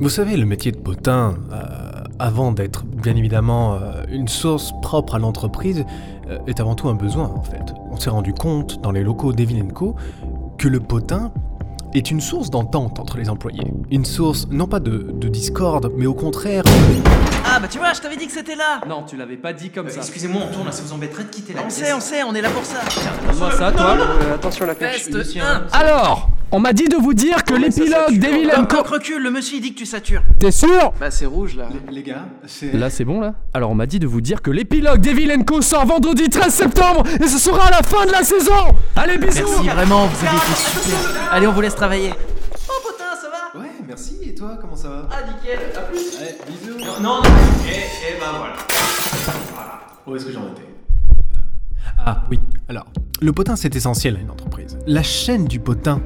Vous savez, le métier de potin, euh, avant d'être bien évidemment euh, une source propre à l'entreprise, euh, est avant tout un besoin en fait. On s'est rendu compte dans les locaux d'Evil Co que le potin est une source d'entente entre les employés. Une source non pas de, de discorde, mais au contraire... Ah bah tu vois, je t'avais dit que c'était là Non, tu l'avais pas dit comme ça. Euh, Excusez-moi, on tourne, là, ça vous embêterait de quitter la On pièce. sait, on sait, on est là pour ça Moi ça, toi attention la Peste Lucien. 1 Alors, on m'a dit de vous dire que l'épilogue d'Evil Co... Coq recule, le monsieur il dit que tu satures T'es sûr Bah c'est rouge là. Les gars, c'est. Là c'est bon là Alors on m'a dit de vous dire que l'épilogue d'Evil Co sort vendredi 13 septembre et ce sera la fin de la saison Allez bisous Merci vraiment, vous avez été super Allez, on vous laisse travailler Oh potin, ça va Ouais, merci, et toi, comment ça va Ah nickel, à plus Allez, bisous Non, non Eh ben voilà. Où est-ce que j'en étais Ah oui, alors... Le potin c'est essentiel à une entreprise. La chaîne du potin